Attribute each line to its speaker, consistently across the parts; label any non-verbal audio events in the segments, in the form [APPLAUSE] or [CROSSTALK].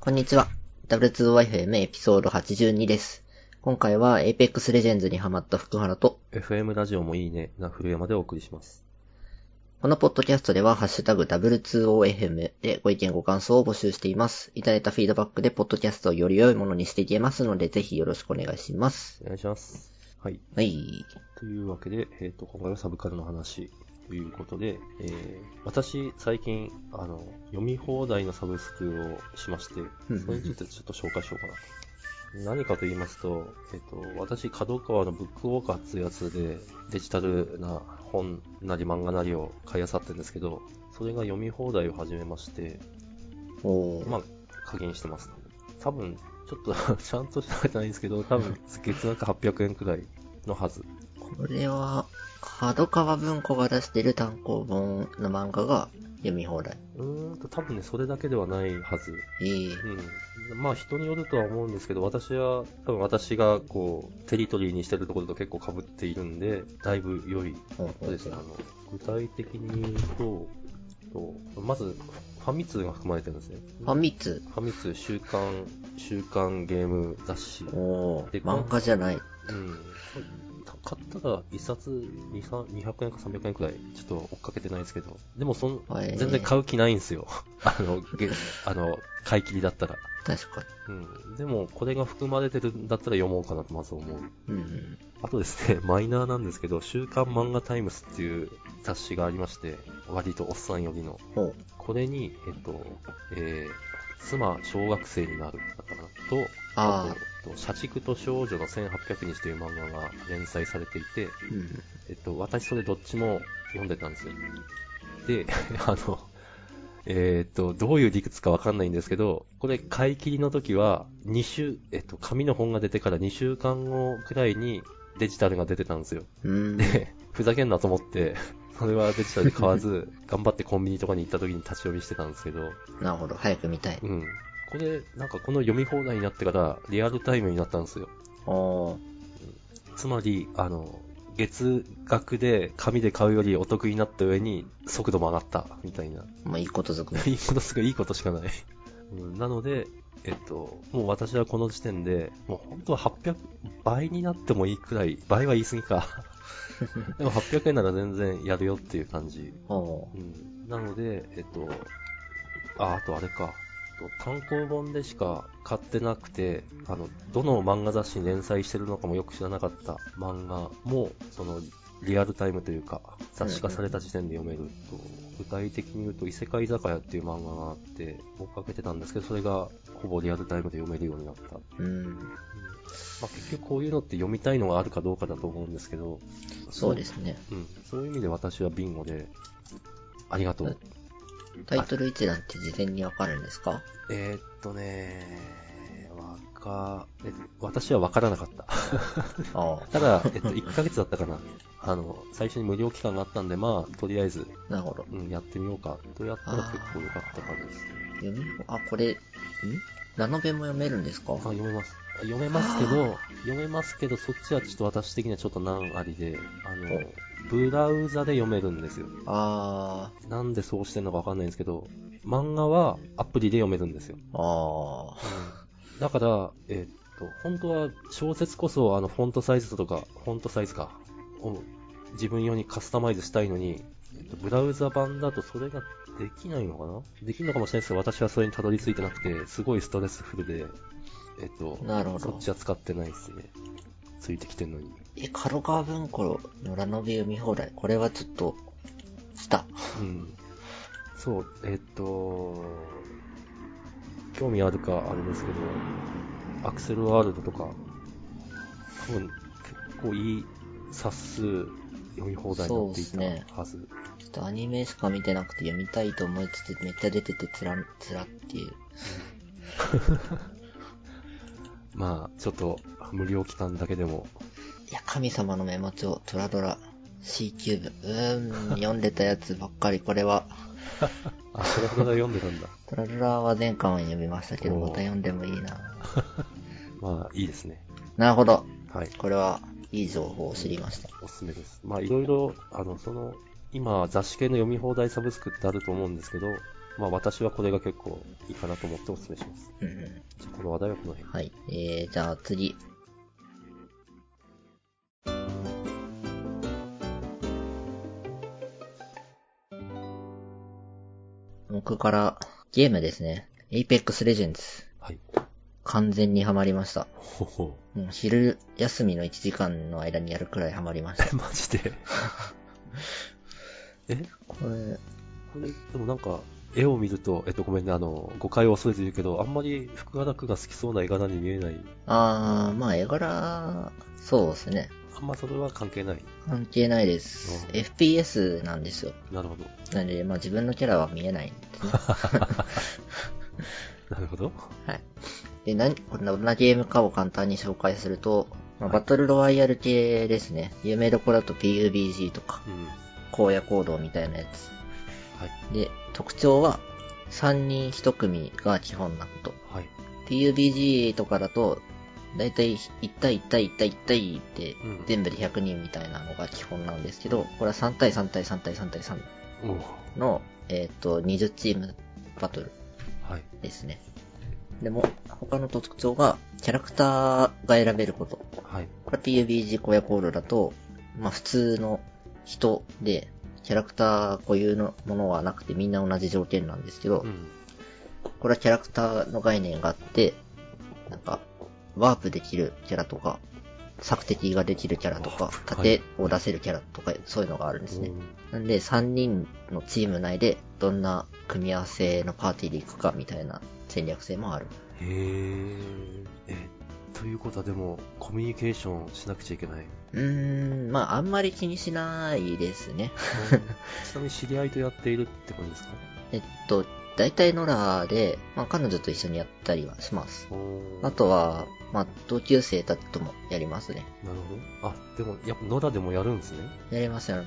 Speaker 1: こんにちは。W2YFM エピソード82です。今回は Apex Legends にハマった福原と
Speaker 2: FM ラジオもいいねな古山でお送りします。
Speaker 1: このポッドキャストでは、ハッシュタグ W2OFM でご意見ご感想を募集しています。いただいたフィードバックで、ポッドキャストをより良いものにしていけますので、ぜひよろしくお願いします。
Speaker 2: お願いします。はい。
Speaker 1: はい。
Speaker 2: というわけで、えっ、ー、と、今回はサブカルの話ということで、えー、私、最近、あの、読み放題のサブスクをしまして、それについてちょっと紹介しようかなと。何かと言いますと、えっと、私、角川のブックウォーカーっていうやつで、デジタルな本なり漫画なりを買い漁ってるんですけど、それが読み放題を始めまして、
Speaker 1: お
Speaker 2: まあ、課金してます。多分、ちょっと [LAUGHS] ちゃんと調べてないんですけど、多分、月額800円くらいのはず。
Speaker 1: これは、角川文庫が出してる単行本の漫画が読み放題。
Speaker 2: うーんと、多分ね、それだけではないはず。
Speaker 1: ええ
Speaker 2: うん。まあ、人によるとは思うんですけど、私は、多分私が、こう、テリトリーにしてるところと結構被っているんで、だいぶ良いことですね。あの、具体的に言うと、とまず、ファミ通が含まれてるんですね。
Speaker 1: ファミ通
Speaker 2: ファミ通、週刊、週刊ゲーム雑誌。
Speaker 1: おで漫画じゃない。
Speaker 2: うん。買ったら1冊200円か300円くらい、ちょっと追っかけてないですけど、でもそん、えー、全然買う気ないんですよ。あの、あの、買い切りだったら。
Speaker 1: 確か
Speaker 2: に。うん。でも、これが含まれてるんだったら読もうかなとまず思
Speaker 1: う。うん。
Speaker 2: あとですね、 [LAUGHS] マイナーなんですけど、週刊漫画タイムスっていう雑誌がありまして、割とおっさんよりの。これに、えっと、えー、妻、小学生になるだったかなと、
Speaker 1: あ
Speaker 2: と、社畜と少女の1800日という漫画が連載されていて、
Speaker 1: うん、
Speaker 2: えっと、私それどっちも読んでたんですよ。で、 [LAUGHS] あの、えー、っと、どういう理屈かわかんないんですけど、これ買い切りの時は、2週、えっと、紙の本が出てから2週間後くらいにデジタルが出てたんですよ。
Speaker 1: うん、
Speaker 2: で、 [LAUGHS] ふざけんなと思って、 [LAUGHS] それはデジタルで買わず、頑張ってコンビニとかに行った時に立ち読みしてたんですけど。
Speaker 1: なるほど、早く見たい。
Speaker 2: うん。これ、なんかこの読み放題になってから、リアルタイムになったんですよ。
Speaker 1: あ
Speaker 2: あ。つまり、あの、月額で紙で買うよりお得になった上に速度も上がった、みたいな。 [LAUGHS]
Speaker 1: まあ、いいことずく。
Speaker 2: いいことずく、いいことしかない [LAUGHS] うん。なので、えっと、もう私はこの時点で、もう本当は800、倍になってもいいくらい、倍は言い過ぎか [LAUGHS] でも800円なら全然やるよっていう感じ。、
Speaker 1: うん
Speaker 2: なので、えっと、あ、あとあれか。単行本でしか買ってなくて、あの、どの漫画雑誌に連載してるのかもよく知らなかった漫画も、その、リアルタイムというか、雑誌化された時点で読めると、具体的に言うと、異世界居酒屋っていう漫画があって、追っかけてたんですけど、それがほぼリアルタイムで読めるようになった。
Speaker 1: うん。
Speaker 2: まあ、結局こういうのって読みたいのがあるかどうかだと思うんですけど、
Speaker 1: そうですね。
Speaker 2: うん。そういう意味で私はビンゴで、ありがとう。
Speaker 1: タイトル一覧って事前にわかるんですか
Speaker 2: えー、っとねわか、え私はわからなかった。ただ、えっと、1ヶ月だったかな。あの、最初に無料期間があったんで、まあ、とりあえず、
Speaker 1: なるほど。
Speaker 2: うん、やってみようか。とやったら結構良かった感じで
Speaker 1: ね。
Speaker 2: す、
Speaker 1: 読み、あ、これ、んナノベも読めるんですかあ、
Speaker 2: 読めます。読めますけど、読めますけど、そっちはちょっと私的にはちょっと難ありで、あの、ブラウザで読めるんですよ。
Speaker 1: あ
Speaker 2: あ。なんでそうしてんのかわかんないんですけど、漫画はアプリで読めるんですよ。
Speaker 1: あ
Speaker 2: あ。うん、だから、えー、っと、本当は小説こそあの、フォントサイズとか、フォントサイズか、を自分用にカスタマイズしたいのに、えっと、ブラウザ版だとそれができないのかなできるのかもしれないですけど、私はそれにたどり着いてなくて、すごいストレスフルで、えっと、
Speaker 1: なるほど
Speaker 2: そっちは使ってないですね。ついてきてんのに。
Speaker 1: え、カロカー文庫のラノベ読み放題、これはちょっと、した。
Speaker 2: うん。そう、えっと、興味あるかあれですけど、アクセルワールドとか、多分結構いい冊数読み放題になっていたはず。
Speaker 1: ね、ちょっとアニメしか見てなくて読みたいと思いつつめっちゃ出ててつら、つらっていう。
Speaker 2: まあ、ちょっと、無料期間だけでも。
Speaker 1: いや、神様のメモ帳、トラドラ、C キューブ。うーん、読んでたやつばっかり、これは。
Speaker 2: あ、トラドラ読んでたんだ。 [LAUGHS]
Speaker 1: トラドラは前回は読みましたけど、また読んでもいいな。
Speaker 2: まあ、いいですね。
Speaker 1: なるほど。
Speaker 2: はい。
Speaker 1: これは、いい情報を知りました。
Speaker 2: おすすめです。まあ、いろいろ、あの、その、今、雑誌系の読み放題サブスクってあると思うんですけど、まあ私はこれが結構いいかなと思ってお勧めします。
Speaker 1: うんう
Speaker 2: じゃあこの話題はこの辺
Speaker 1: ん。。はい。えー、じゃあ次。僕から、ゲームですね。Apex Legends。
Speaker 2: はい。
Speaker 1: 完全にハマりました。
Speaker 2: ほほ [LAUGHS]
Speaker 1: もう昼休みの1時間の間にやるくらいハマりました。
Speaker 2: う。マジで。え
Speaker 1: これ、
Speaker 2: これ、でもなんか、絵を見ると、えっと、ごめんね、あの、誤解を恐れて言うけど、あんまり福原くんが好きそうな絵柄に見えない。
Speaker 1: あー、まあ絵柄、そうですね。
Speaker 2: あんまそれは関係ない。
Speaker 1: 関係ないです。
Speaker 2: うん
Speaker 1: FPS なんですよ。
Speaker 2: なるほど。
Speaker 1: なんで、まあ自分のキャラは見えないんですね。
Speaker 2: なるほど。
Speaker 1: はい。で、何、こんなどんなゲームかを簡単に紹介すると、まあ、バトルロワイヤル系ですね。有名どころだと PUBG とか、
Speaker 2: うん。は
Speaker 1: 荒野行動みたいなやつ。
Speaker 2: い。
Speaker 1: で、特徴は、3人1組が基本なこと。
Speaker 2: はい。
Speaker 1: PUBG とかだと、だいたい1対1対1対1対1って
Speaker 2: うん、
Speaker 1: 全部で100人みたいなのが基本なんですけど、これは3対3対3対3対3
Speaker 2: おう
Speaker 1: の、えっ、と、20チームバトル
Speaker 2: はい。
Speaker 1: ですね。でも、他の特徴が、キャラクターが選べること。
Speaker 2: はい。
Speaker 1: これ PUBG 荒野コールだと、まあ普通の人で、キャラクター固有のものはなくてみんな同じ条件なんですけど、
Speaker 2: うん。
Speaker 1: これはキャラクターの概念があって、なんか、ワープできるキャラとか、索敵ができるキャラと
Speaker 2: ワ
Speaker 1: か
Speaker 2: ープ、
Speaker 1: 盾を出せるキャラとか、そういうのがあるんですね。なんで、3人のチーム内で、どんな組み合わせのパーティーで行くかみたいな戦略性もある。
Speaker 2: へーえ、ということはでも、コミュニケーションしなくちゃいけない。
Speaker 1: うーん、まあ、あんまり気にしないです
Speaker 2: [LAUGHS]
Speaker 1: ね。
Speaker 2: ちなみに知り合いとやっているってことですか
Speaker 1: えっと、大体ノラで、まあ、彼女と一緒にやったりはします。
Speaker 2: おー
Speaker 1: あとは、まあ、同級生たちともやりますね。
Speaker 2: なるほど。あ、でも、やっぱ野良でもやるんですね。
Speaker 1: やりますよ。うん、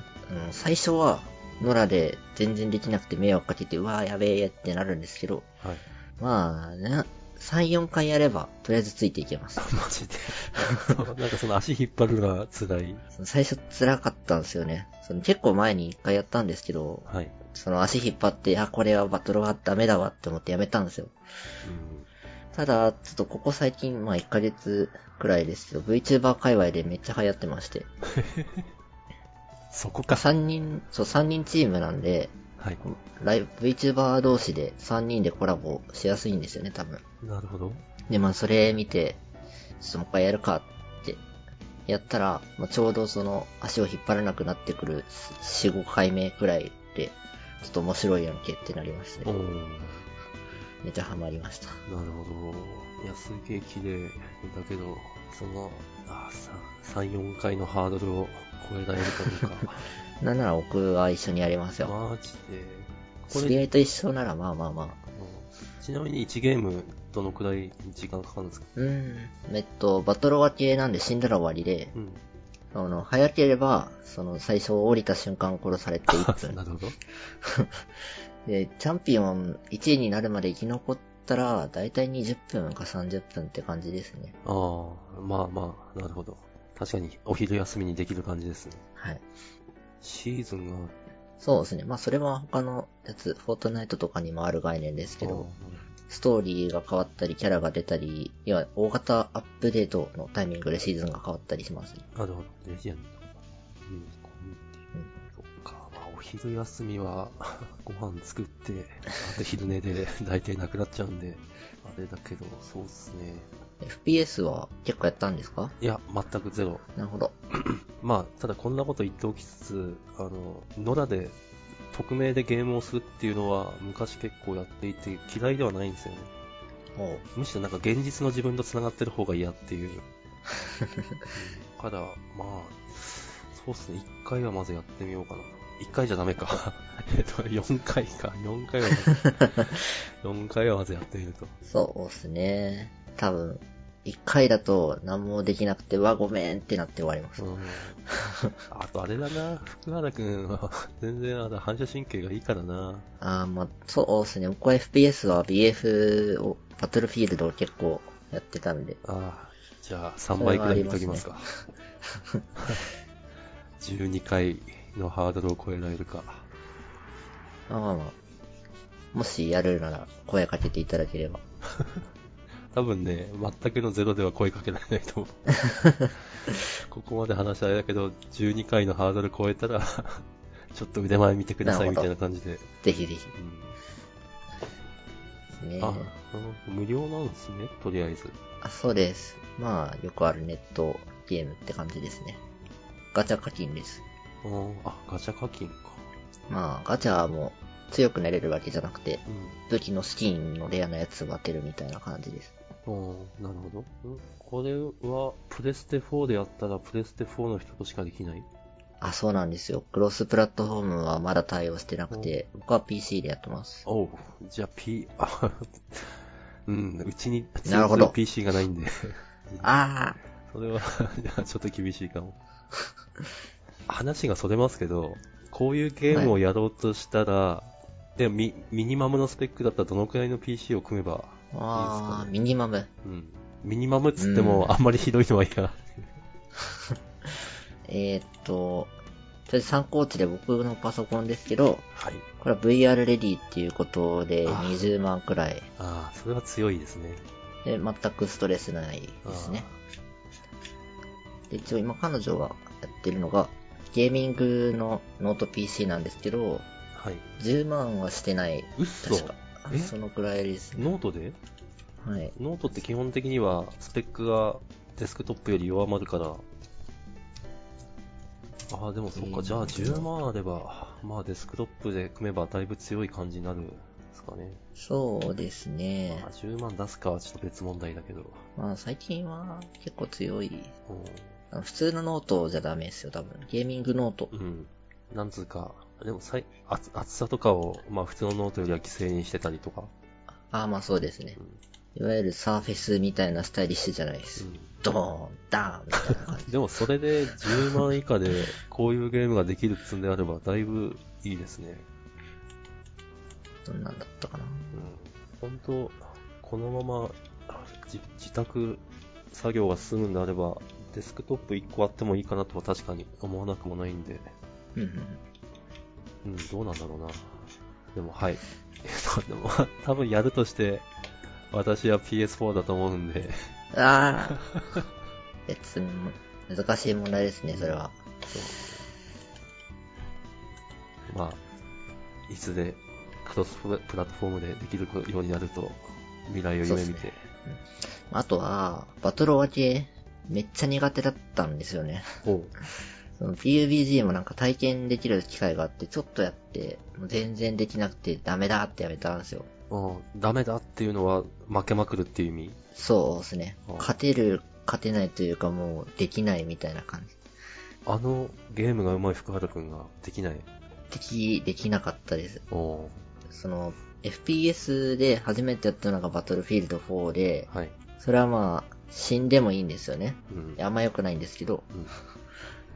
Speaker 1: 最初は、ノラで全然できなくて迷惑かけて、うわーやべえってなるんですけど、
Speaker 2: はい。
Speaker 1: まあ、な、3、4回やれば、とりあえずついていけます。
Speaker 2: [LAUGHS] マジで。 [LAUGHS] なんかその足引っ張るのが辛い。
Speaker 1: その最初辛かったんですよね。その結構前に1回やったんですけど、
Speaker 2: はい。
Speaker 1: その足引っ張って、あ、これはバトルはダメだわって思ってやめたんですよ。ただ、ちょっとここ最近、まあ1ヶ月くらいですけど、VTuber 界隈でめっちゃ流行ってまして。
Speaker 2: そこか。
Speaker 1: 3人、そう、3人チームなんで、
Speaker 2: はい。
Speaker 1: ライブ VTuber 同士で3人でコラボしやすいんですよね、多分。
Speaker 2: なるほど。
Speaker 1: で、まあそれ見て、ちょっともう一回やるかって、やったら、まあ、ちょうどその足を引っ張らなくなってくる4、5回目くらいで、ちょっと面白いやんけってなりまして
Speaker 2: お
Speaker 1: ね、
Speaker 2: ー
Speaker 1: めちゃハマりました。
Speaker 2: なるほど。いや、すげえ綺麗だけど、その、あさ、3、4回のハードルを超えられるかど [LAUGHS] うか。
Speaker 1: なんなら僕は一緒にやりますよ。
Speaker 2: マジで。こ
Speaker 1: 知
Speaker 2: れ
Speaker 1: り合いと一緒ならまあまあまあ。
Speaker 2: ちなみに1ゲームどのくらい時間かかるんですか
Speaker 1: うーん。えっと、バトロワ系なんで死んだら終わりで、
Speaker 2: うん。
Speaker 1: あの、早ければ、その、最初降りた瞬間殺されて1分。
Speaker 2: なるほど。
Speaker 1: で、チャンピオン1位になるまで生き残ったら、だいたい20分か30分って感じですね。
Speaker 2: ああ、まあまあ、なるほど。確かにお昼休みにできる感じですね。
Speaker 1: はい。
Speaker 2: シーズンが
Speaker 1: そうですね。まあ、それは他のやつ、フォートナイトとかにもある概念ですけど、ストーリーが変わったり、キャラが出たり、要は大型アップデートのタイミングでシーズンが変わったりしますね。
Speaker 2: なるほど。レジェンド。うん、コミュニティ。そっか。まあ、お昼休みは、ご飯作って、あと昼寝で大体なくなっちゃうんで、あれだけど、そうっすね。
Speaker 1: FPS は結構やったんですか
Speaker 2: いや、全くゼロ。
Speaker 1: なるほど。
Speaker 2: まあ、ただこんなこと言っておきつつ、あの、野良で、匿名でゲームをするっていうのは昔結構やっていて嫌いではないんですよね。
Speaker 1: おう
Speaker 2: むしろなんか現実の自分と繋がってる方が嫌っていう。うんから、まあ、そうっすね。1回はまずやってみようかな。1回じゃダメか。 [LAUGHS] えっと、4回か。4回はまず、4回はまずやってみると。
Speaker 1: そうですね。多分、一回だと何もできなくて、うわ、ごめんってなって終わります。
Speaker 2: うん、あとあれだな。福原くんは、全然あの反射神経がいいからな。
Speaker 1: ああ、まあ、そうですね。僕は FPS は BF を、バトルフィールドを結構やってたんで。
Speaker 2: ああ、じゃあ3倍くらい見ときますか。12回のハードルを超えられるか。
Speaker 1: まあまあまあ。もしやるなら声かけていただければ。
Speaker 2: 多分ね、全くのゼロでは声かけられないと思う。 [LAUGHS] ここまで話したあれだけど、12回のハードル超えたら、 [LAUGHS] ちょっと腕前見てくださいみたいな感じで。
Speaker 1: ぜひぜひ
Speaker 2: うん、
Speaker 1: ですね。
Speaker 2: あ、うん無料なんですね、とりあえず。
Speaker 1: あ、そうです。まあ、よくあるネットゲームって感じですね。ガチャ課金です。
Speaker 2: うんあ、ガチャ課金か。
Speaker 1: まあ、ガチャも強くなれるわけじゃなくて、
Speaker 2: うん。
Speaker 1: 武器のスキンのレアなやつを当てるみたいな感じです。
Speaker 2: おーなるほど。んこれは、プレステ4でやったら、プレステ4の人としかできない
Speaker 1: あ、そうなんですよ。クロスプラットフォームはまだ対応してなくて、僕は PC でやってます。
Speaker 2: おう、じゃあ P、あ [LAUGHS] うん、うちに、
Speaker 1: なるほど
Speaker 2: PC がないんで、
Speaker 1: あ
Speaker 2: それは、 [LAUGHS] ちょっと厳しいかも。話がそれますけど、こういうゲームをやろうとしたら、でもミ、ミニマムのスペックだったらどのくらいの PC を組めば、
Speaker 1: あ、ああ、ミニマム。
Speaker 2: うん。ミニマムっつっても、あんまりひどいのはいかない。
Speaker 1: えーっと、とりあえず参考値で僕のパソコンですけど、
Speaker 2: はい。
Speaker 1: これは VR レディっていうことで
Speaker 2: あー
Speaker 1: 20万くらい
Speaker 2: ああ、それは強いですね。
Speaker 1: で、全くストレスないですね。で、一応今彼女がやってるのが、ゲーミングのノート PC なんですけど、
Speaker 2: あー。はい。
Speaker 1: 10万はしてない。
Speaker 2: うっそ
Speaker 1: 確か。
Speaker 2: え
Speaker 1: そのくらいですね。
Speaker 2: ノートで
Speaker 1: はい。
Speaker 2: ノートって基本的にはスペックがデスクトップより弱まるから。ああ、でもそっ
Speaker 1: う
Speaker 2: か、
Speaker 1: ん
Speaker 2: じゃあ10万あれば、まあデスクトップで組めばだいぶ強い感じになるんですかね。
Speaker 1: そうです
Speaker 2: ま
Speaker 1: ね
Speaker 2: あ。10万出すかはちょっと別問題だけど。
Speaker 1: まあ最近は結構強い。
Speaker 2: う
Speaker 1: あの普通のノートじゃダメですよ、多分。ゲーミングノート。
Speaker 2: ん。うんなんつうか、でもさい厚厚さとかを、まあ普通のノートよりは規制にしてたりとか。
Speaker 1: ああ、まあそうですね。いわゆるサーフェスみたいなスタイリッシュじゃないです。
Speaker 2: う
Speaker 1: ドーン、ダーンみたいな感じ。
Speaker 2: んでもそれで10万以下でこういうゲームができるっつんであれば、だいぶいいですね。
Speaker 1: どんなんだったかな。
Speaker 2: 本当、このまま自自宅作業が進むんであれば、デスクトップ1個あってもいいかなとは確かに思わなくもないんで、
Speaker 1: うんうん。
Speaker 2: うん、どうなんだろうな。でも、はい。 [LAUGHS] えっとでも、多分やるとして、私は PS4 だと思うんで、 [LAUGHS]
Speaker 1: ああ。別に、難しい問題ですね、それは。
Speaker 2: まあ、いつでクロスプラットフォームでできるようになると、未来を夢見て。
Speaker 1: あとは、バトロワ系、めっちゃ苦手だったんですよね。
Speaker 2: ほう
Speaker 1: その PUBG もなんか体験できる機会があって、ちょっとやって、もう全然できなくてダメだってやめたんですよ。
Speaker 2: あダメだっていうのは負けまくるっていう意味
Speaker 1: そうですね
Speaker 2: あ。
Speaker 1: 勝てる、勝てないというかもうできないみたいな感じ。
Speaker 2: あのゲームが上手い福原くんができない。
Speaker 1: でき、できなかったです。
Speaker 2: お
Speaker 1: その、FPS で初めてやったのがバトルフィールド4で、
Speaker 2: はい。
Speaker 1: それはまあ、死んでもいいんですよね。
Speaker 2: うん。
Speaker 1: あんま良くないんですけど、
Speaker 2: うん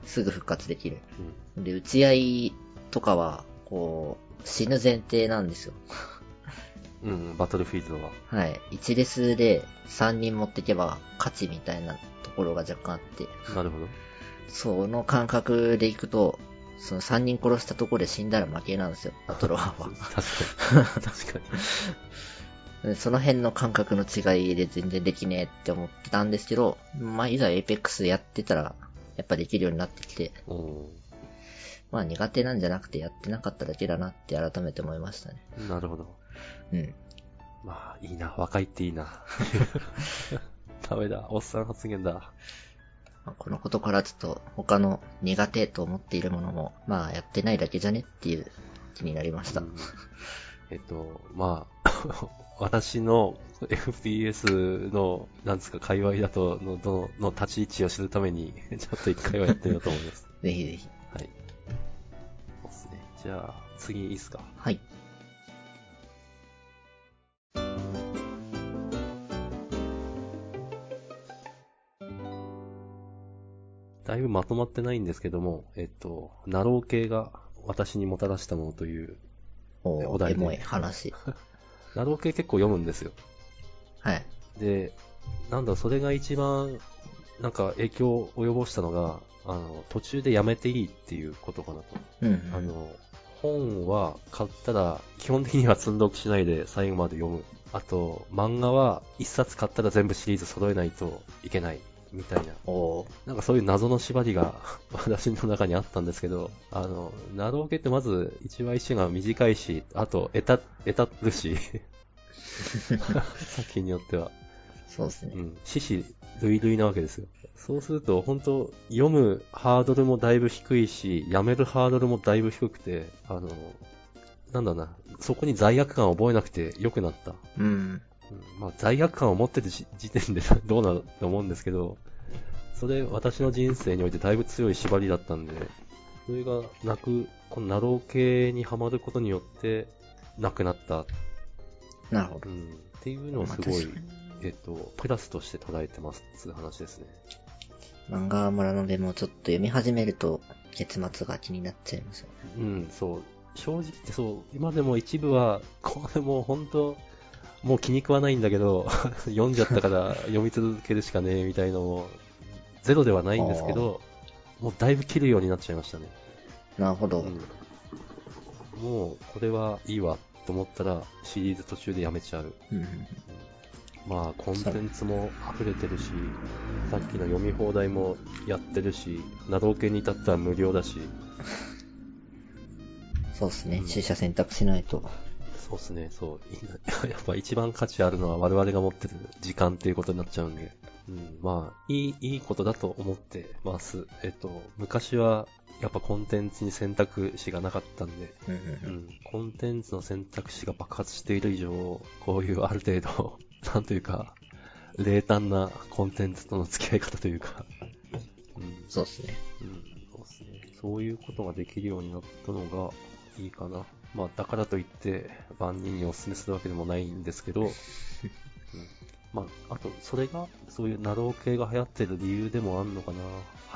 Speaker 1: すぐ復活できる。
Speaker 2: うん
Speaker 1: で、打ち合いとかは、こう、死ぬ前提なんですよ。
Speaker 2: うん、バトルフィールドは。
Speaker 1: はい。1レスで3人持ってけば勝ちみたいなところが若干あって、
Speaker 2: なるほど。
Speaker 1: その感覚でいくと、その3人殺したところで死んだら負けなんですよ、バトロワーは
Speaker 2: [LAUGHS] 確かに。確かに。
Speaker 1: [LAUGHS] で。その辺の感覚の違いで全然できねえって思ってたんですけど、まあ、いざエイペックスやってたら、やっぱできるようになってきて、
Speaker 2: お
Speaker 1: まあ苦手なんじゃなくてやってなかっただけだなって改めて思いましたね。
Speaker 2: ーなるほど。
Speaker 1: うん。
Speaker 2: まあ、いいな。若いっていい
Speaker 1: [LAUGHS]
Speaker 2: な。ダメだ。おっさん発言だ。
Speaker 1: まあこのことからちょっと他の苦手と思っているものも、まあやってないだけじゃねっていう気になりました。
Speaker 2: うんえっと、まあ、 [LAUGHS] 私の FPS の、なんですか、界隈だとの、どの、の立ち位置を知るために、ちょっと一回はやってみようと思います。
Speaker 1: ぜひぜひ。
Speaker 2: はい。そうですね。じゃあ、次いいっすか。
Speaker 1: はい。
Speaker 2: だいぶまとまってないんですけども、えっと、ナロー系が私にもたらしたものという、
Speaker 1: お
Speaker 2: お
Speaker 1: ー、
Speaker 2: 題
Speaker 1: エ
Speaker 2: で
Speaker 1: モい話。
Speaker 2: ナロー系結構読むんですよ。
Speaker 1: はい。
Speaker 2: で、なんだろう、それが一番、なんか影響を及ぼしたのが、あの、途中でやめていいっていうことかなと。
Speaker 1: うん、
Speaker 2: あの、本は買ったら、基本的には積んどくしないで最後まで読む。あと、漫画は一冊買ったら全部シリーズ揃えないといけない。みたいな。
Speaker 1: おー
Speaker 2: なんかそういう謎の縛りが [LAUGHS] 私の中にあったんですけど、あの、ナローケってまず一話一話が短いし、あと、えた、えたるし、 [LAUGHS] 作品によっては。
Speaker 1: そうですね
Speaker 2: う。ん、獅子類類なわけですよ。そうすると、本当読むハードルもだいぶ低いし、やめるハードルもだいぶ低くて、あの、なんだろうな、そこに罪悪感を覚えなくて良くなった。
Speaker 1: うん。
Speaker 2: うんまあ、罪悪感を持ってる時時点で [LAUGHS] どうなると思うんですけど、それ、私の人生においてだいぶ強い縛りだったんで、それがなく、このナロー系にはまることによって、なくなった、
Speaker 1: なるほ
Speaker 2: う
Speaker 1: ど。
Speaker 2: ん、っていうのを
Speaker 1: まあ
Speaker 2: すごい
Speaker 1: 確かに、
Speaker 2: えっと、プラスとして捉えてますっていう話ですね。
Speaker 1: 漫画村のべもちょっと読み始めると、結末が気になっちゃいますよね。
Speaker 2: うん、そう。正直言ってそう、今でも一部は、これもう本当、もう気に食わないんだけど、 [LAUGHS] 読んじゃったから読み続けるしかねえみたいのも、ゼロではないんですけど、もうだいぶ切るようになっちゃいましたね。
Speaker 1: なるほど。
Speaker 2: うん、もう、これはいいわと思ったら、シリーズ途中でやめちゃう。
Speaker 1: うんうん
Speaker 2: まあ、コンテンツも溢れてるし、さっきの読み放題もやってるし、など系に至ったら無料だし、
Speaker 1: そうですね
Speaker 2: う。ん
Speaker 1: 取捨選択しないと。
Speaker 2: そうですね、そう。や [LAUGHS] っぱ一番価値あるのは我々が持ってる時間っていうことになっちゃうんで。うん、まあ、いい、いいことだと思ってます。えっと、昔は、やっぱコンテンツに選択肢がなかったんで、
Speaker 1: うんうん
Speaker 2: う
Speaker 1: うん
Speaker 2: ん、コンテンツの選択肢が爆発している以上、こういうある程度、 [LAUGHS] なんというか、冷淡なコンテンツとの付き合い方というか、うん、
Speaker 1: そうですね。
Speaker 2: うん、そうですね。そういうことができるようになったのがいいかな。まあ、だからといって、万人にお勧めするわけでもないんですけど、うん、まあ、あと、それが、そういうナロー系が流行ってる理由でもあるのかな。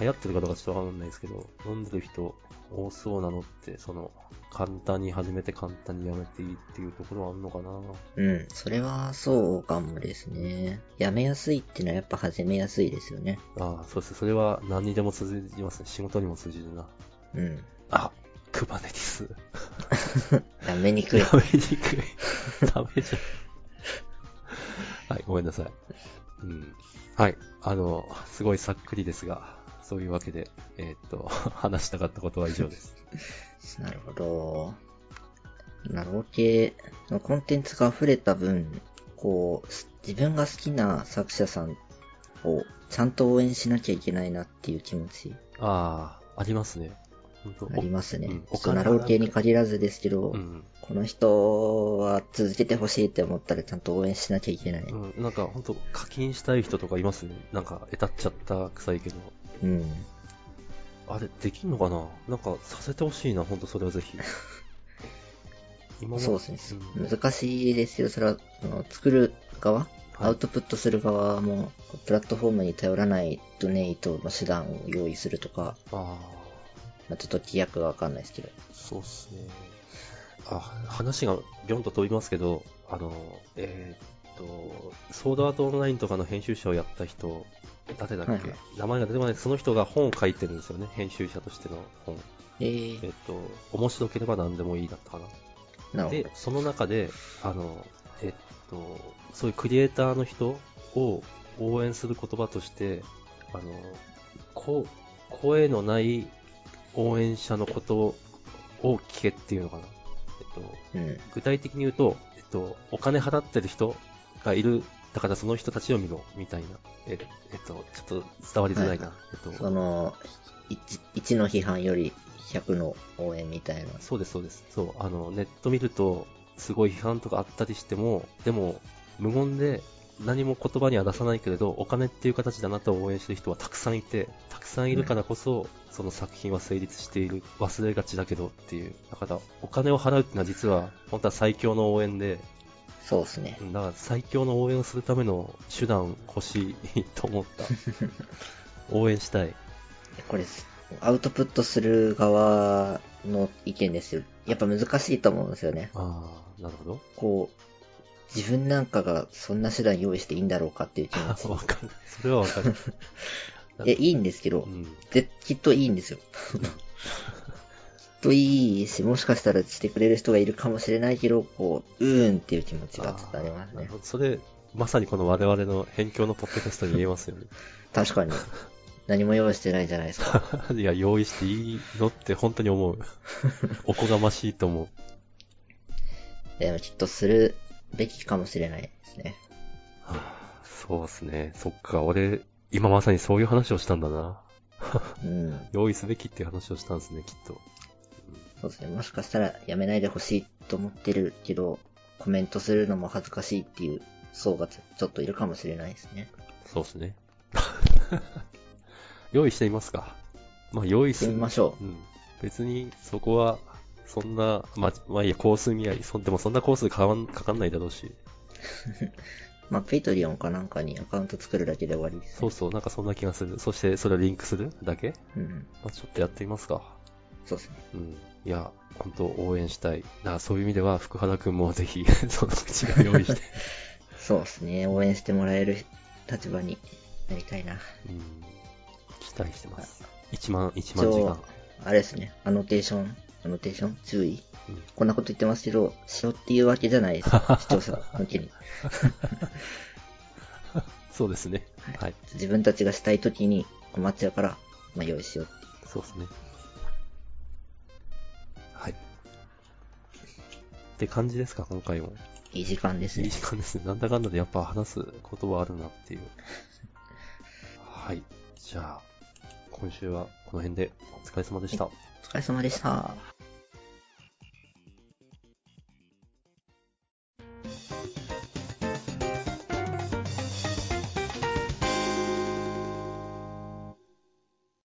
Speaker 2: 流行ってるかどうかちょっとわかんないですけど、飲んでる人多そうなのって、その、簡単に始めて簡単にやめていいっていうところはあるのかな。
Speaker 1: うん。それは、そうかもですね。やめやすいってのはやっぱ始めやすいですよね。
Speaker 2: ああ、そうですね。それは何にでも通じますね。仕事にも通じるな。
Speaker 1: うん。
Speaker 2: あ、クバネティス。
Speaker 1: やめにくい。
Speaker 2: 食べにくい。食べちゃう。はい、ごめんなさい。うん。はい、あの、すごいさっくりですが、そういうわけで、えーっと、話したかったことは以上です。
Speaker 1: なるほど。ナロー系のコンテンツが溢れた分、こう、す自分が好きな作者さんをちゃんと応援しなきゃいけないなっていう気持ち
Speaker 2: ああ、ありますね。本当
Speaker 1: ありますね。
Speaker 2: うん
Speaker 1: ちょっとナロー系に限らずですけど、
Speaker 2: うん。
Speaker 1: この人は続けてほしいって思ったらちゃんと応援しなきゃいけない。
Speaker 2: うん、なんか本当課金したい人とかいますね。なんか、えたっちゃった臭いけど。
Speaker 1: うん。
Speaker 2: あれ、できんのかななんか、させてほしいな、本当それはぜひ。今ま
Speaker 1: [LAUGHS] そうですね
Speaker 2: う。ん
Speaker 1: 難しいですよ。それは、その作る側
Speaker 2: はい
Speaker 1: アウトプットする側も、プラットフォームに頼らないドネイトの手段を用意するとか、
Speaker 2: ああ。
Speaker 1: まあ、ちょっと規約がわかんないですけど。
Speaker 2: そうっすね。あ、話がビョンと飛びますけど、あの、えーっと、ソードアートオンラインとかの編集者をやった人、誰だっけ、
Speaker 1: はいはい
Speaker 2: 名前が出てこない、その人が本を書いてるんですよね、編集者としての本。
Speaker 1: え
Speaker 2: え
Speaker 1: ー、
Speaker 2: ーっと、面白ければ何でもいいだったか
Speaker 1: な
Speaker 2: な。
Speaker 1: る
Speaker 2: で、その中で、あの、えっと、そういうクリエイターの人を応援する言葉として、あの、こ声のない応援者のことを聞けっていうのかな。えっ
Speaker 1: ほ
Speaker 2: と、
Speaker 1: ど。うん。
Speaker 2: 具体的に言うと、えっと、お金払ってる人がいる、だからその人たちを見ろ、みたいな。え、えっと、ちょっと伝わりづらいな。
Speaker 1: は
Speaker 2: えっと、
Speaker 1: その、1の批判より100の応援みたいな。
Speaker 2: そうです、そうです。そう、あの、ネット見ると、すごい批判とかあったりしても、でも、無言で、何も言葉には出さないけれど、お金っていう形であなたを応援してる人はたくさんいて、たくさんいるからこそ、その作品は成立している、忘れがちだけどっていう。だから、お金を払うっていうのは実は、本当は最強の応援で、
Speaker 1: そうですね
Speaker 2: う。んだから最強の応援をするための手段欲しい [LAUGHS] と思った。応援したい。
Speaker 1: これ、アウトプットする側の意見ですよ。やっぱ難しいと思うんですよね。
Speaker 2: ああ、なるほど。
Speaker 1: こう、自分なんかがそんな手段用意していいんだろうかっていう気持
Speaker 2: あ
Speaker 1: ち。
Speaker 2: わかる。それはわかる。
Speaker 1: いや、いいんですけど
Speaker 2: う、ん。
Speaker 1: ぜきっといいんですよ。といいし、もしかしたらしてくれる人がいるかもしれないけど、こう、うーんっていう気持ちがちょっとあります
Speaker 2: な
Speaker 1: ね
Speaker 2: るほ。どそれ、まさにこの我々の辺境のポッドキャストに言えますよね。 [LAUGHS]
Speaker 1: 確かに。何も用意してないじゃないですか。
Speaker 2: いや、用意していいのって本当
Speaker 1: [LAUGHS]
Speaker 2: に思う。おこがましいと思う。
Speaker 1: でもきっとするべきかもしれないですね。
Speaker 2: そうですね。そっか、俺、今まさにそういう話をしたんだな。
Speaker 1: うん。
Speaker 2: 用意すべきっていう話をしたんですね、きっと。
Speaker 1: そうですね。もしかしたらやめないでほしいと思ってるけど、コメントするのも恥ずかしいっていう層がちょちょっといるかもしれないですね。
Speaker 2: そうですね。 [LAUGHS] 用意していますかまあ、用意
Speaker 1: 行
Speaker 2: す
Speaker 1: って
Speaker 2: る
Speaker 1: み。ましょ
Speaker 2: うん。別に、そこは、そんな、まあ、まあ、いいや、コース見合い。そんでもそんなコースかかんかかんないだろうし。
Speaker 1: う。まあ、ペイトリオンかなんかにアカウント作るだけで終わりです、ね。
Speaker 2: そうそう、なんかそんな気がする。そして、それをリンクするだけ
Speaker 1: うん。
Speaker 2: まあ、ちょっとやってみますか。
Speaker 1: そうですね。
Speaker 2: うん。いや、本当応援したい。だからそういう意味では、福原くんもぜひ、 [LAUGHS] その口が用意 [LAUGHS] して。
Speaker 1: そうですね。応援してもらえる立場になりたいな。
Speaker 2: うん。期待してます。1万、1万時間。
Speaker 1: あれですね。アノテーション、アノテーション注意、
Speaker 2: うん
Speaker 1: こんなこと言ってますけど、しようっていうわけじゃ
Speaker 2: [LAUGHS]
Speaker 1: ないです。視聴者向けに。
Speaker 2: そうですね。はい。
Speaker 1: 自分たちがしたいときに困っちゃうから、まあ、用意しようって
Speaker 2: そうですね。はい。って感じですか、今回も。
Speaker 1: いい時間です
Speaker 2: いい
Speaker 1: ね。
Speaker 2: 時間ですね。なんだかんだでやっぱ話すことはあるなっていう。はい。じゃあ、今週はこの辺でお疲れ様でした。
Speaker 1: お疲れ様でした。